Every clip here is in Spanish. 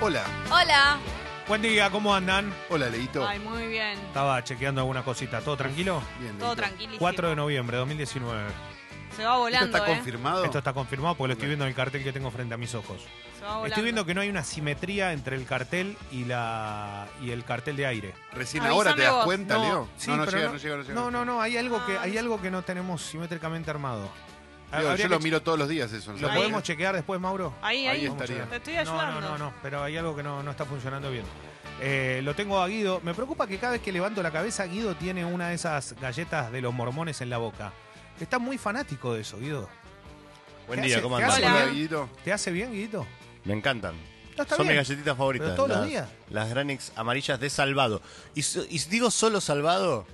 Hola, Hola. Buen día, ¿cómo andan? hola Leito. Ay, muy bien. Estaba chequeando alguna cosita. ¿Todo tranquilo? Bien, Todo Leito. tranquilísimo. 4 de noviembre de 2019. Se va ¿Esto volando, está ¿eh? confirmado? Esto está confirmado porque lo estoy viendo en el cartel que tengo frente a mis ojos. Se va volando. Estoy viendo que no hay una simetría entre el cartel y la y el cartel de aire. Recién Avísame ahora te das vos. cuenta, Leo. sí, no, no pero llega, no, llega, no llega. No, no, no, hay algo que Ah. hay algo que no tenemos simétricamente armado. Leo, Habría yo que lo che- miro todos los días eso. ¿Lo Ahí. podemos chequear después, Mauro? Ahí Ahí, ahí. está. estaría. Te estoy No, ayudando. no, no, no, pero hay algo que no, no está funcionando bien. Eh, lo tengo a Guido. Me preocupa que cada vez que levanto la cabeza, Guido tiene una de esas galletas de los mormones en la boca. Está muy fanático de eso, Guido. Buen ¿Qué día, hace? ¿cómo ¿Qué andan? hace? Hola, Hola. Guido. ¿Te hace bien, Guido? Me encantan. No, está Son bien. mis galletitas favoritas. Pero todos los las, días. Las Granix amarillas de salvado. Y, so- y digo solo salvado,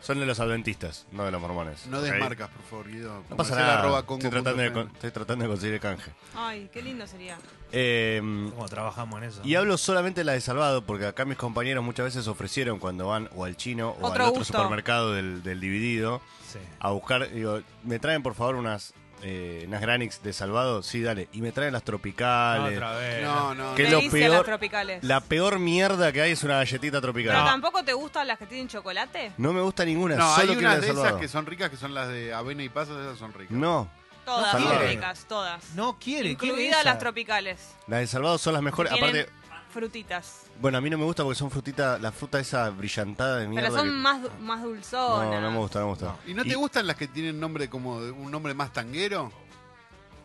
son de los adventistas, no de los mormones. No ¿ok? desmarcas, por favor, Guido. No pasa Comercial arroba nada. congo Estoy tratando, de, punto con- estoy tratando de conseguir el canje. Ay, qué lindo sería. Eh, ¿Cómo trabajamos en eso? y hablo solamente de la de Salvado, porque acá mis compañeros muchas veces ofrecieron cuando van o al chino o Otro al otro gusto. supermercado del, del dividido Sí. a buscar. Digo, me traen por favor unas, eh, unas Granix de Salvado, sí, dale. Y me traen las tropicales. Otra vez. FM. No, no, Eh, Que Te no. lo dice a peor- las tropicales. La peor mierda que hay es una galletita tropical. ¿Pero No, tampoco te gustan las que tienen chocolate? me gusta ninguna, No, hay solo quiero la unas de de esas Salvado. que son ricas, que son las de avena y pasas, esas son ricas. No, Todas, No son quiere. ricas, todas. No quiere. quiere Incluidas esa. las tropicales. las de Salvado son las mejores. Tienen Aparte, frutitas. bueno, a mí no me gusta porque son frutita, la fruta esa brillantada de mierda. Pero son que- más, du- más dulzonas. No, no me gusta, no me gusta. ¿Y no te gustan las que tienen nombre como de- un nombre más tanguero?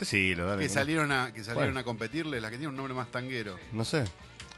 Sí, lo dale. Que salieron a, que salieron ¿Cuál? a competirle, las que tienen un nombre más tanguero. No sé.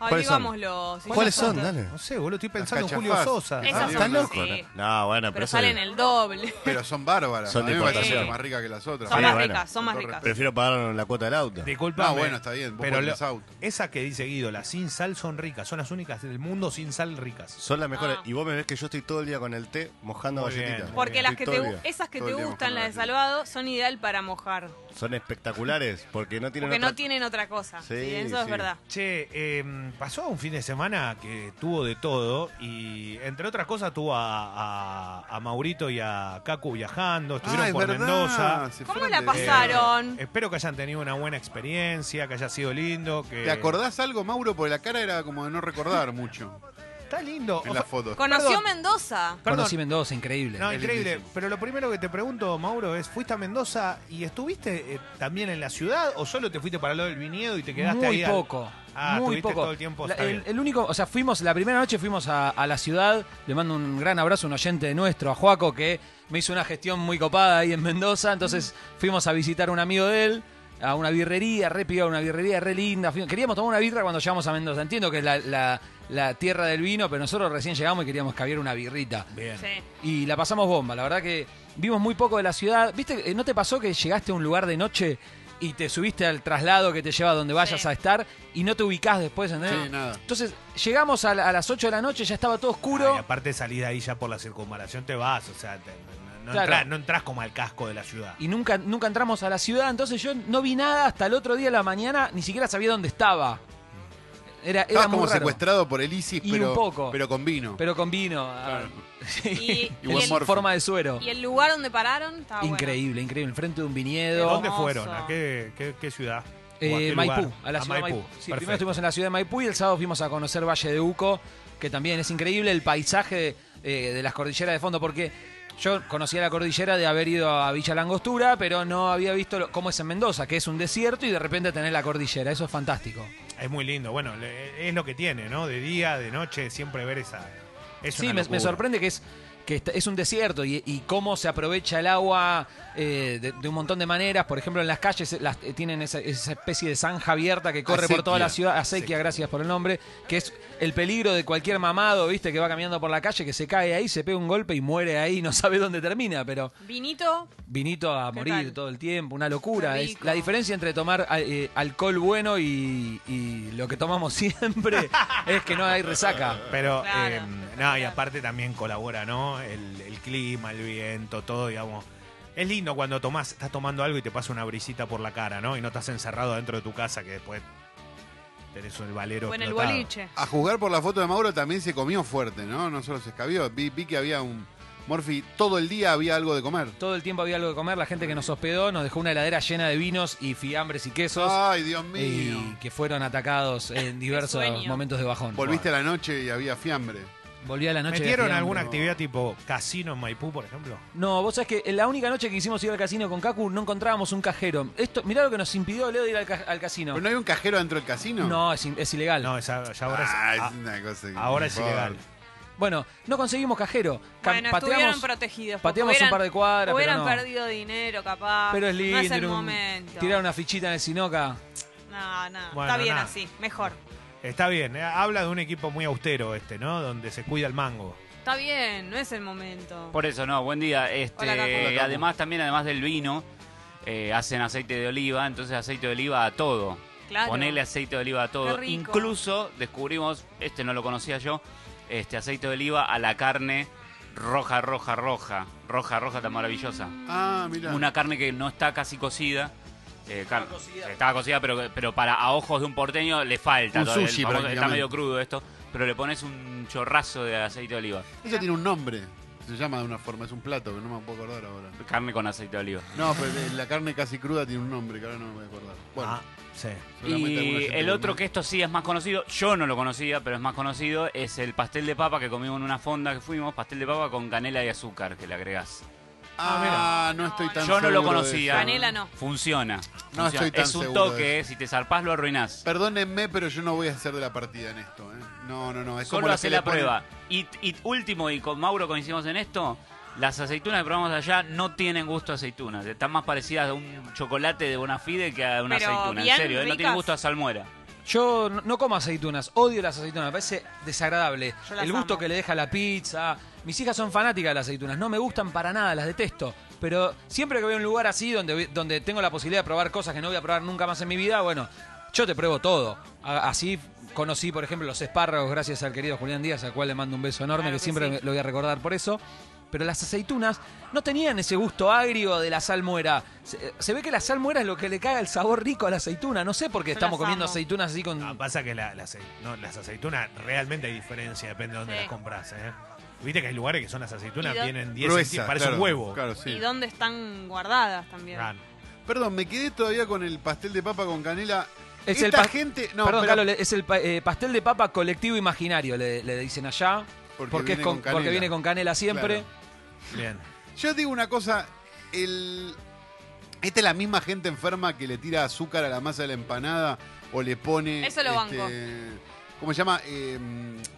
Ay, ¿Cuáles son? digámoslo. si ¿Cuáles son- son? Dale. No sé, boludo. Estoy pensando en Las Julio cachafaz. Sosa. Esas Ah, son- ¿Están locos? sí. No, bueno, pero, Pero eso- salen el doble. Pero son bárbaras. Son a de mí me parecen importación. mucho más ricas que las otras. Son Sí, más bueno. ricas, son más Con todo ricas. Prefiero pagar la cuota del auto. Disculpame. Ah, bueno, está bien, vos Pero ponés auto. esas que dice Guido, las sin sal son ricas. Son las únicas del mundo sin sal ricas. Son las mejores. Ah. Y vos me ves que yo estoy todo el día con el té mojando Muy bien, galletitas. muy Porque bien. las que te, Estoy todo gu- el día. esas que Todo te el día gustan, mojando las de las Salvado, son ideal para mojar. Son espectaculares porque no tienen Porque no otra- tienen otra cosa. Sí, Sí, eso es sí. verdad. Che, eh, pasó un fin de semana que tuvo de todo y entre otras cosas tuvo a, a- a Maurito y a Cacu viajando, estuvieron Ah, es por verdad, Mendoza. Eh, se ¿Cómo fueron la de- pasaron? Espero que hayan tenido una buena experiencia, que haya sido lindo. Que... ¿Te acordás algo, Mauro? Porque la cara era como de no recordar mucho Está lindo. en las Oja- fotos. Conoció Perdón. Mendoza. Perdón. Conocí Mendoza, increíble. No, Es increíble. lindísimo. Pero lo primero que te pregunto, Mauro, es, ¿fuiste a Mendoza y estuviste eh, también en la ciudad o solo te fuiste para lo del viñedo y te quedaste muy ahí? al- poco. Ah, muy estuviste poco. todo el tiempo, La- está el, bien. el único, o sea, fuimos, la primera noche fuimos a, a la ciudad. Le mando un gran abrazo a un oyente de nuestro, a Joaco, que me hizo una gestión muy copada ahí en Mendoza. Entonces Mm. fuimos a visitar a un amigo de él, a una birrería, re piola, una birrería re linda. Fuimos- Queríamos tomar una birra cuando llegamos a Mendoza. Entiendo que es la, la- la tierra del vino, pero nosotros recién llegamos y queríamos caviar una birrita. Bien. Sí. Y la pasamos bomba, la verdad que vimos muy poco de la ciudad. ¿Viste? eh, ¿No te pasó que llegaste a un lugar de noche y te subiste al traslado que te lleva a donde vayas Sí. a estar y no te ubicás después, ¿entendés? Sí, nada. Entonces, llegamos a, la- a las 8 de la noche, ya estaba todo oscuro. Ah, y aparte salís de ahí ya por la circunvalación, te vas, o sea, te- no, Claro. entras, no entras como al casco de la ciudad. y nunca, nunca entramos a la ciudad, entonces yo no vi nada hasta el otro día de la mañana, ni siquiera sabía dónde estaba. Era, era Estabas muy como raro. secuestrado por el ISIS, Y un pero, poco. pero con vino. Pero con vino. Claro. ah, sí. Y- Y buen en morfo. forma de suero. Y el lugar donde pararon estaba bueno. Increíble, increíble. Enfrente de un viñedo. ¿Dónde hermoso. fueron? ¿A qué, qué- qué ciudad? ¿O Eh, a qué Maipú, lugar? a la ciudad de Maipú. Sí, primero Perfecto. estuvimos en la ciudad de Maipú y el sábado fuimos a conocer Valle de Uco, que también es increíble el paisaje eh, de las cordilleras de fondo, porque yo conocía la cordillera de haber ido a Villa Langostura, pero no había visto lo- cómo es en Mendoza, que es un desierto y de repente tener la cordillera, eso es fantástico. Es muy lindo, bueno, le- es lo que tiene, ¿no? De día, de noche, siempre ver esa... es sí, una me, me locura. sorprende que es que esta- es un desierto y, y cómo se aprovecha el agua eh, de, de un montón de maneras. Por ejemplo, en las calles eh, las- eh, tienen esa, esa especie de zanja abierta que corre por toda Acequia. la ciudad, acequia, Acequia. gracias por el nombre, que es el peligro de cualquier mamado, viste, que va caminando por la calle, que se cae ahí, se pega un golpe y muere ahí, no sabe dónde termina, pero Vinito, vinito a ¿Qué morir tal? todo el tiempo, una locura. Qué Es rico. la diferencia entre tomar eh, alcohol bueno y, y lo que tomamos siempre es que no hay resaca. Pero, Claro, eh, no, y aparte también colabora, ¿no? El, el clima, el viento, todo, digamos. Es lindo cuando tomás, estás tomando algo y te pasa una brisita por la cara, ¿no? Y no estás encerrado dentro de tu casa, que después tenés el valero. o en el explotado. boliche. A juzgar por la foto de Mauro también se comió fuerte, ¿no? No solo se escabió. Vi, vi que había un, Morphy, todo el día había algo de comer. Todo el tiempo había algo de comer, la gente que nos hospedó nos dejó una heladera llena de vinos y fiambres y quesos Ay, Dios Ah, mío. y que fueron atacados en diversos sueño. momentos de bajón. Volviste a la noche y había fiambre. Volví a la noche. de ¿Metieron fiambre. alguna actividad tipo casino en Maipú, por ejemplo? No, vos sabés que en la única noche que quisimos ir al casino con Kaku no encontrábamos un cajero. Esto, mirá lo que nos impidió Leo de ir al, ca- al casino. ¿Pero no hay un cajero dentro del casino? No, es, in- es ilegal. No, esa, ya ahora es- Ah, ah, es una cosa que no ahora es importa. ilegal. Bueno, no conseguimos cajero. Cam- Bueno, pateamos, estuvieron protegidos. porque pateamos hubieran- un par de cuadras, pero Hubieran no. perdido dinero, capaz. Pero es lindo. No es el era un- momento. Tirar una fichita en el Sinoca. No, no. Bueno, Está bien nada. así. Mejor. Está bien, eh, habla de un equipo muy austero este, ¿no? Donde se cuida el mango. Está bien, no es el momento. Por eso, no, buen día. Este, Hola, Cacu. Hola, Cacu. además, también, además del vino, eh, hacen aceite de oliva, entonces aceite de oliva a todo. Claro. Ponele aceite de oliva a todo. Qué rico. Incluso descubrimos, este no lo conocía yo, este aceite de oliva a la carne roja, roja, roja. Roja, roja tan maravillosa. Ah, mira. Una carne que no está casi cocida. Eh, car- Estaba cocida, pero, pero para a ojos de un porteño le falta. Un todavía el sushi, está prácticamente. medio crudo esto, pero le pones un chorrazo de aceite de oliva. Eso tiene un nombre. Se llama de una forma, es un plato que no me puedo acordar ahora. Carne con aceite de oliva. No, pero eh, la carne casi cruda tiene un nombre que ahora no me voy a acordar. Bueno, Ah, sí. seguramente alguna Y gente el lo otro conoce. que esto sí es más conocido, yo no lo conocía, pero es más conocido, es el pastel de papa que comimos en una fonda que fuimos, pastel de papa con canela y azúcar que le agregás. Ah, no estoy tan Yo no lo seguro de conocía. eso. Canela no. Funciona. Funciona. estoy tan es un seguro de toque, eh, si te zarpás lo arruinás. Perdónenme, pero yo no voy a hacer de la partida en esto. ¿eh? No, no, no. Es como Solo la hace que le la ponen- prueba. Y, y último, y con Mauro coincidimos en esto, las aceitunas que probamos allá no tienen gusto a aceitunas. Están más parecidas a un chocolate de Bonafide que a una Pero aceituna. En bien serio, eh, no tiene ricas. gusto a salmuera. Yo no, no como aceitunas, odio las aceitunas, me parece desagradable. Yo las El gusto amo. que le deja la pizza. Mis hijas son fanáticas de las aceitunas, no me gustan para nada, las detesto. Pero siempre que voy a un lugar así donde, donde tengo la posibilidad de probar cosas que no voy a probar nunca más en mi vida, bueno, yo te pruebo todo. A- Así conocí, por ejemplo, los espárragos gracias al querido Julián Díaz, al cual le mando un beso enorme, Claro que que siempre sí. me- lo voy a recordar por eso. Pero las aceitunas no tenían ese gusto agrio de la salmuera. Se, se ve que la salmuera es lo que le caga el sabor rico a la aceituna. No sé por qué Yo estamos las comiendo amo. aceitunas así con Ah, pasa que la- la acei- no, las aceitunas realmente hay diferencia, depende de dónde Sí. las compras. ¿eh? Viste que hay lugares que son las aceitunas, Y do- vienen 10 gruesa, centímetros, parece claro, un huevo. Claro, sí. ¿Y dónde están guardadas también? Ran. Perdón, me quedé todavía con el pastel de papa con canela. Es Esta el pas- gente. No, Perdón, pero- Carlos, le- es el pa- eh, pastel de papa colectivo imaginario, le, le dicen allá. Porque Porque, viene es con- con canela. porque viene con canela siempre. Bien. Yo digo una cosa, el... esta es la misma gente enferma que le tira azúcar a la masa de la empanada o le pone... este, Eso lo banco. ¿Cómo se llama? Eh,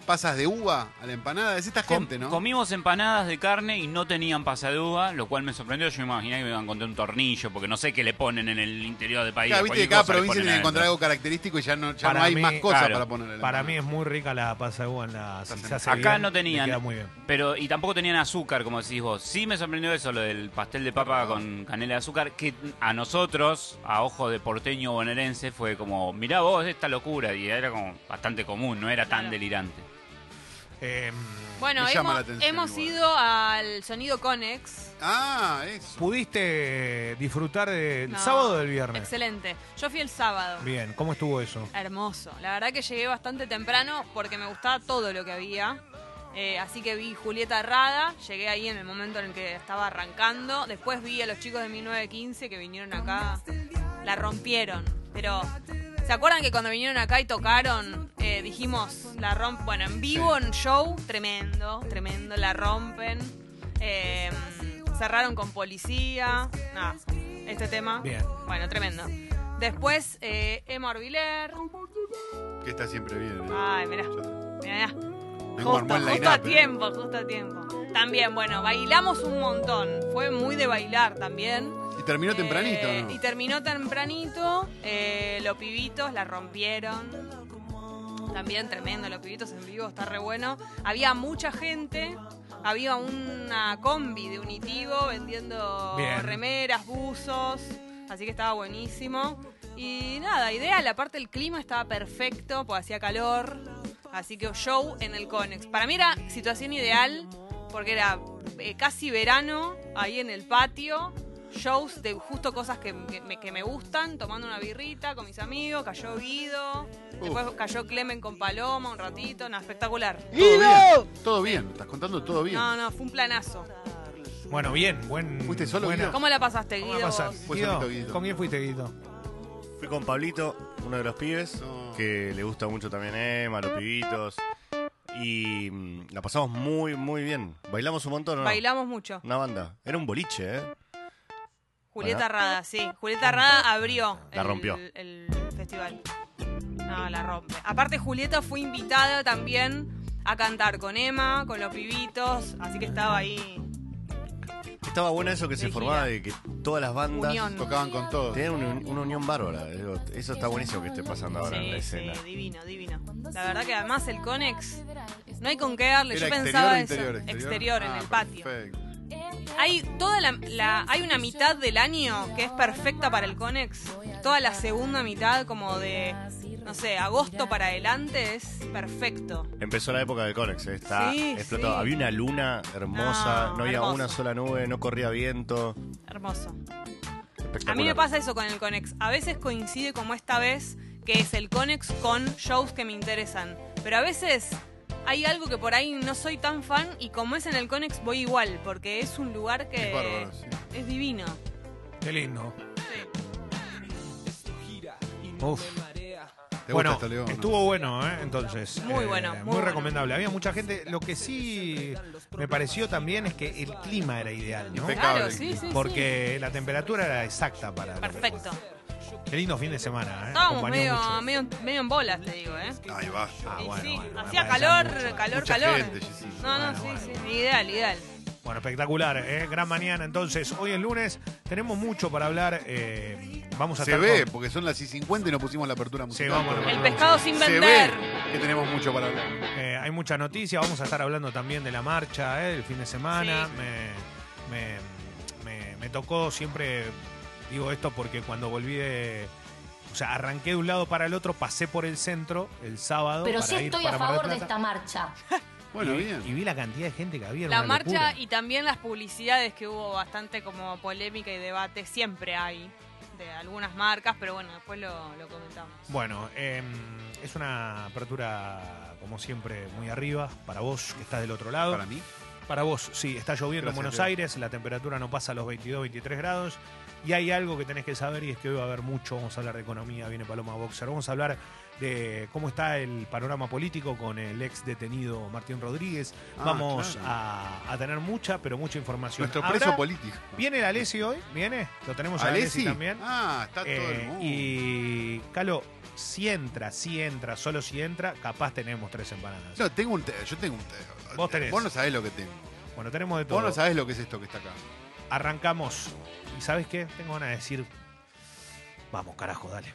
pasas de uva a la empanada. Es esta Com- gente, ¿no? Comimos empanadas de carne y no tenían pasa de uva, lo cual me sorprendió. Yo me imaginé que me iban a encontrar un tornillo, porque no sé qué le ponen en el interior del país. Claro, viste que cualquier cada cosa le provincia ponen tiene que encontrar adentro. algo característico y ya no, ya no Para hay mí, más cosas claro, para poner. en la Para mí empanada. es muy rica la pasa de uva en la si se hace Acá bien, no le tenían. queda muy bien. Pero, y tampoco tenían azúcar, como decís vos. Sí me sorprendió eso, lo del pastel de papa con canela de azúcar, que a nosotros, a ojo de porteño bonaerense, fue como, mirá vos esta locura. Y era como bastante común, no era tan Claro. delirante. Eh, Bueno, Me llama la hemos, atención hemos igual. ido al sonido Conex. Ah, eso. ¿Pudiste disfrutar del No, sábado o del viernes? Excelente. Yo fui el sábado. Bien, ¿cómo estuvo eso? Hermoso. La verdad que llegué bastante temprano porque me gustaba todo lo que había. Eh, así que vi Julieta Rada, llegué ahí en el momento en el que estaba arrancando. Después vi a los chicos de 1915 que vinieron acá. La rompieron. Pero, ¿se acuerdan que cuando vinieron acá y tocaron, eh, dijimos, la rompen? Bueno, en vivo, en show, tremendo, tremendo, la rompen. Eh, cerraron con policía. Nada, este tema. Bien. Bueno, tremendo. Después, eh, Emma Orbiler. Que está siempre bien. ¿eh? Ay, mirá, mirá, mirá. Ven cómo Ah, Justo, armó el justo line-up, a ¿eh? tiempo, justo a tiempo. También, bueno, bailamos un montón. Fue muy de bailar también. Y terminó Eh, tempranito, ¿no? Y terminó tempranito. eh, los pibitos la rompieron. También tremendo, los pibitos en vivo, está re bueno. Había mucha gente. Había una combi de Unitivo vendiendo Bien. remeras, buzos. Así que estaba buenísimo. Y nada, idea, la parte del clima estaba perfecto, pues hacía calor. Así que show en el Conex. Para mí era situación ideal, porque era eh, casi verano, ahí en el patio, shows de justo cosas que, que me, que me gustan, tomando una birrita con mis amigos, cayó Guido, después cayó Clemen con Paloma un ratito, nada, espectacular. Todo bien. Todo bien. Estás contando todo bien. No, no, fue un planazo. Bueno, bien, buen. ¿Fuiste solo, buena- Guido? ¿Cómo la pasaste, ¿Cómo la Guido? pasás? vos? Fue Guido, solito, Guido. ¿Con quién fuiste, Guido? Fui con Pablito, uno de los pibes, No. que le gusta mucho también Emma, los pibitos. Y mm, la pasamos muy, muy bien. Bailamos un montón, ¿o ¿no? Bailamos mucho. Una banda. Era un boliche, ¿eh? Julieta Bueno. Rada, sí. Julieta Rada abrió La el, rompió. el festival. No, la rompe. Aparte, Julieta fue invitada también a cantar con Emma, con los pibitos, así que estaba ahí. Estaba bueno eso que se Brígida. formaba de que todas las bandas Unión. Tocaban con todo. tenían una, un- una unión bárbara. Digo, Eso está buenísimo que esté pasando ahora en la Sí, sí, escena. divino, divino. La verdad que además el Conex no hay con qué darle. ¿Era Yo exterior pensaba o eso. interior? en Ah, el patio. perfecto. Hay toda la, la- hay una mitad del año que es perfecta para el Conex. Toda la segunda mitad como de no sé, agosto para adelante es perfecto. Empezó la época del Conex, ¿eh? está Sí, explotado. sí. Había una luna hermosa, No, no, había hermoso. una sola nube, no corría viento. Hermoso. Espectacular. A mí me pasa eso con el Conex. A veces coincide como esta vez, que es el Conex con shows que me interesan. Pero a veces hay algo que por ahí no soy tan fan y como es en el Conex voy igual, porque es un lugar que Es bárbaro, sí. es divino. Qué lindo. Uf. ¿Te bueno, gusta esto, Leo? estuvo bueno, ¿eh? Entonces. Muy eh, bueno, muy Muy, bueno. recomendable. Había mucha gente. Lo que sí me pareció también es que el clima era ideal, ¿no? Impecable. Claro, sí, sí, sí. Porque la temperatura era exacta para. lo que- Perfecto. Qué lindo fin de semana, ¿eh? Estábamos Acompañó medio, mucho. medio, medio en bolas, te digo, ¿eh? No. Ay, basta. Ah, Y bueno, sí, bueno, hacía me parece calor, mucho. calor, Mucha calor. gente, Jessy. no, no, Bueno, sí, bueno. sí, ideal, ideal. Bueno, espectacular, ¿eh? gran mañana entonces. Hoy es lunes, tenemos mucho para hablar. eh, vamos a Se estar ve, con- porque son las y 50 y no pusimos la apertura musical. vamos, pero El bueno. pescado sin Se ve vender. que tenemos mucho para hablar. eh, hay mucha noticia, vamos a estar hablando también de la marcha ¿eh? el fin de semana. Sí. Me, me- me- me tocó siempre, digo esto porque cuando volví de... O sea, arranqué de un lado para el otro, pasé por el centro el sábado. Pero para sí ir estoy para a Mar del favor de Plata, esta marcha. Bueno, y, bien. y vi la cantidad de gente que había. era La una marcha locura. y también las publicidades que hubo bastante como polémica y debate, siempre hay de algunas marcas, pero bueno, después lo, lo comentamos. Bueno, em, es una apertura, como siempre, muy arriba para vos que estás del otro lado. Para mí. Para vos, sí, está lloviendo en Gracias, Buenos Teo. Aires, la temperatura no pasa a los 22, 23 grados. Y hay algo que tenés que saber y es que hoy va a haber mucho. Vamos a hablar de economía, viene Paloma Boxer. Vamos a hablar de cómo está el panorama político con el ex detenido Martín Rodríguez. Ah, Vamos claro. a, a tener mucha, pero mucha información. Nuestro Habrá- preso político. ¿Viene el Alessi hoy? ¿Viene? Lo tenemos a Alessi, ¿Alessi? también. Ah, está todo el Eh, mundo. y Calo, si entra, si entra, solo si entra, capaz tenemos tres empanadas. No, tengo un te- yo tengo un te- Vos tenés. no sabés lo que tengo. Bueno, tenemos de todo. Vos no sabés lo que es esto que está acá. Arrancamos. ¿Y sabes qué? Tengo ganas de decir. Vamos, carajo, dale.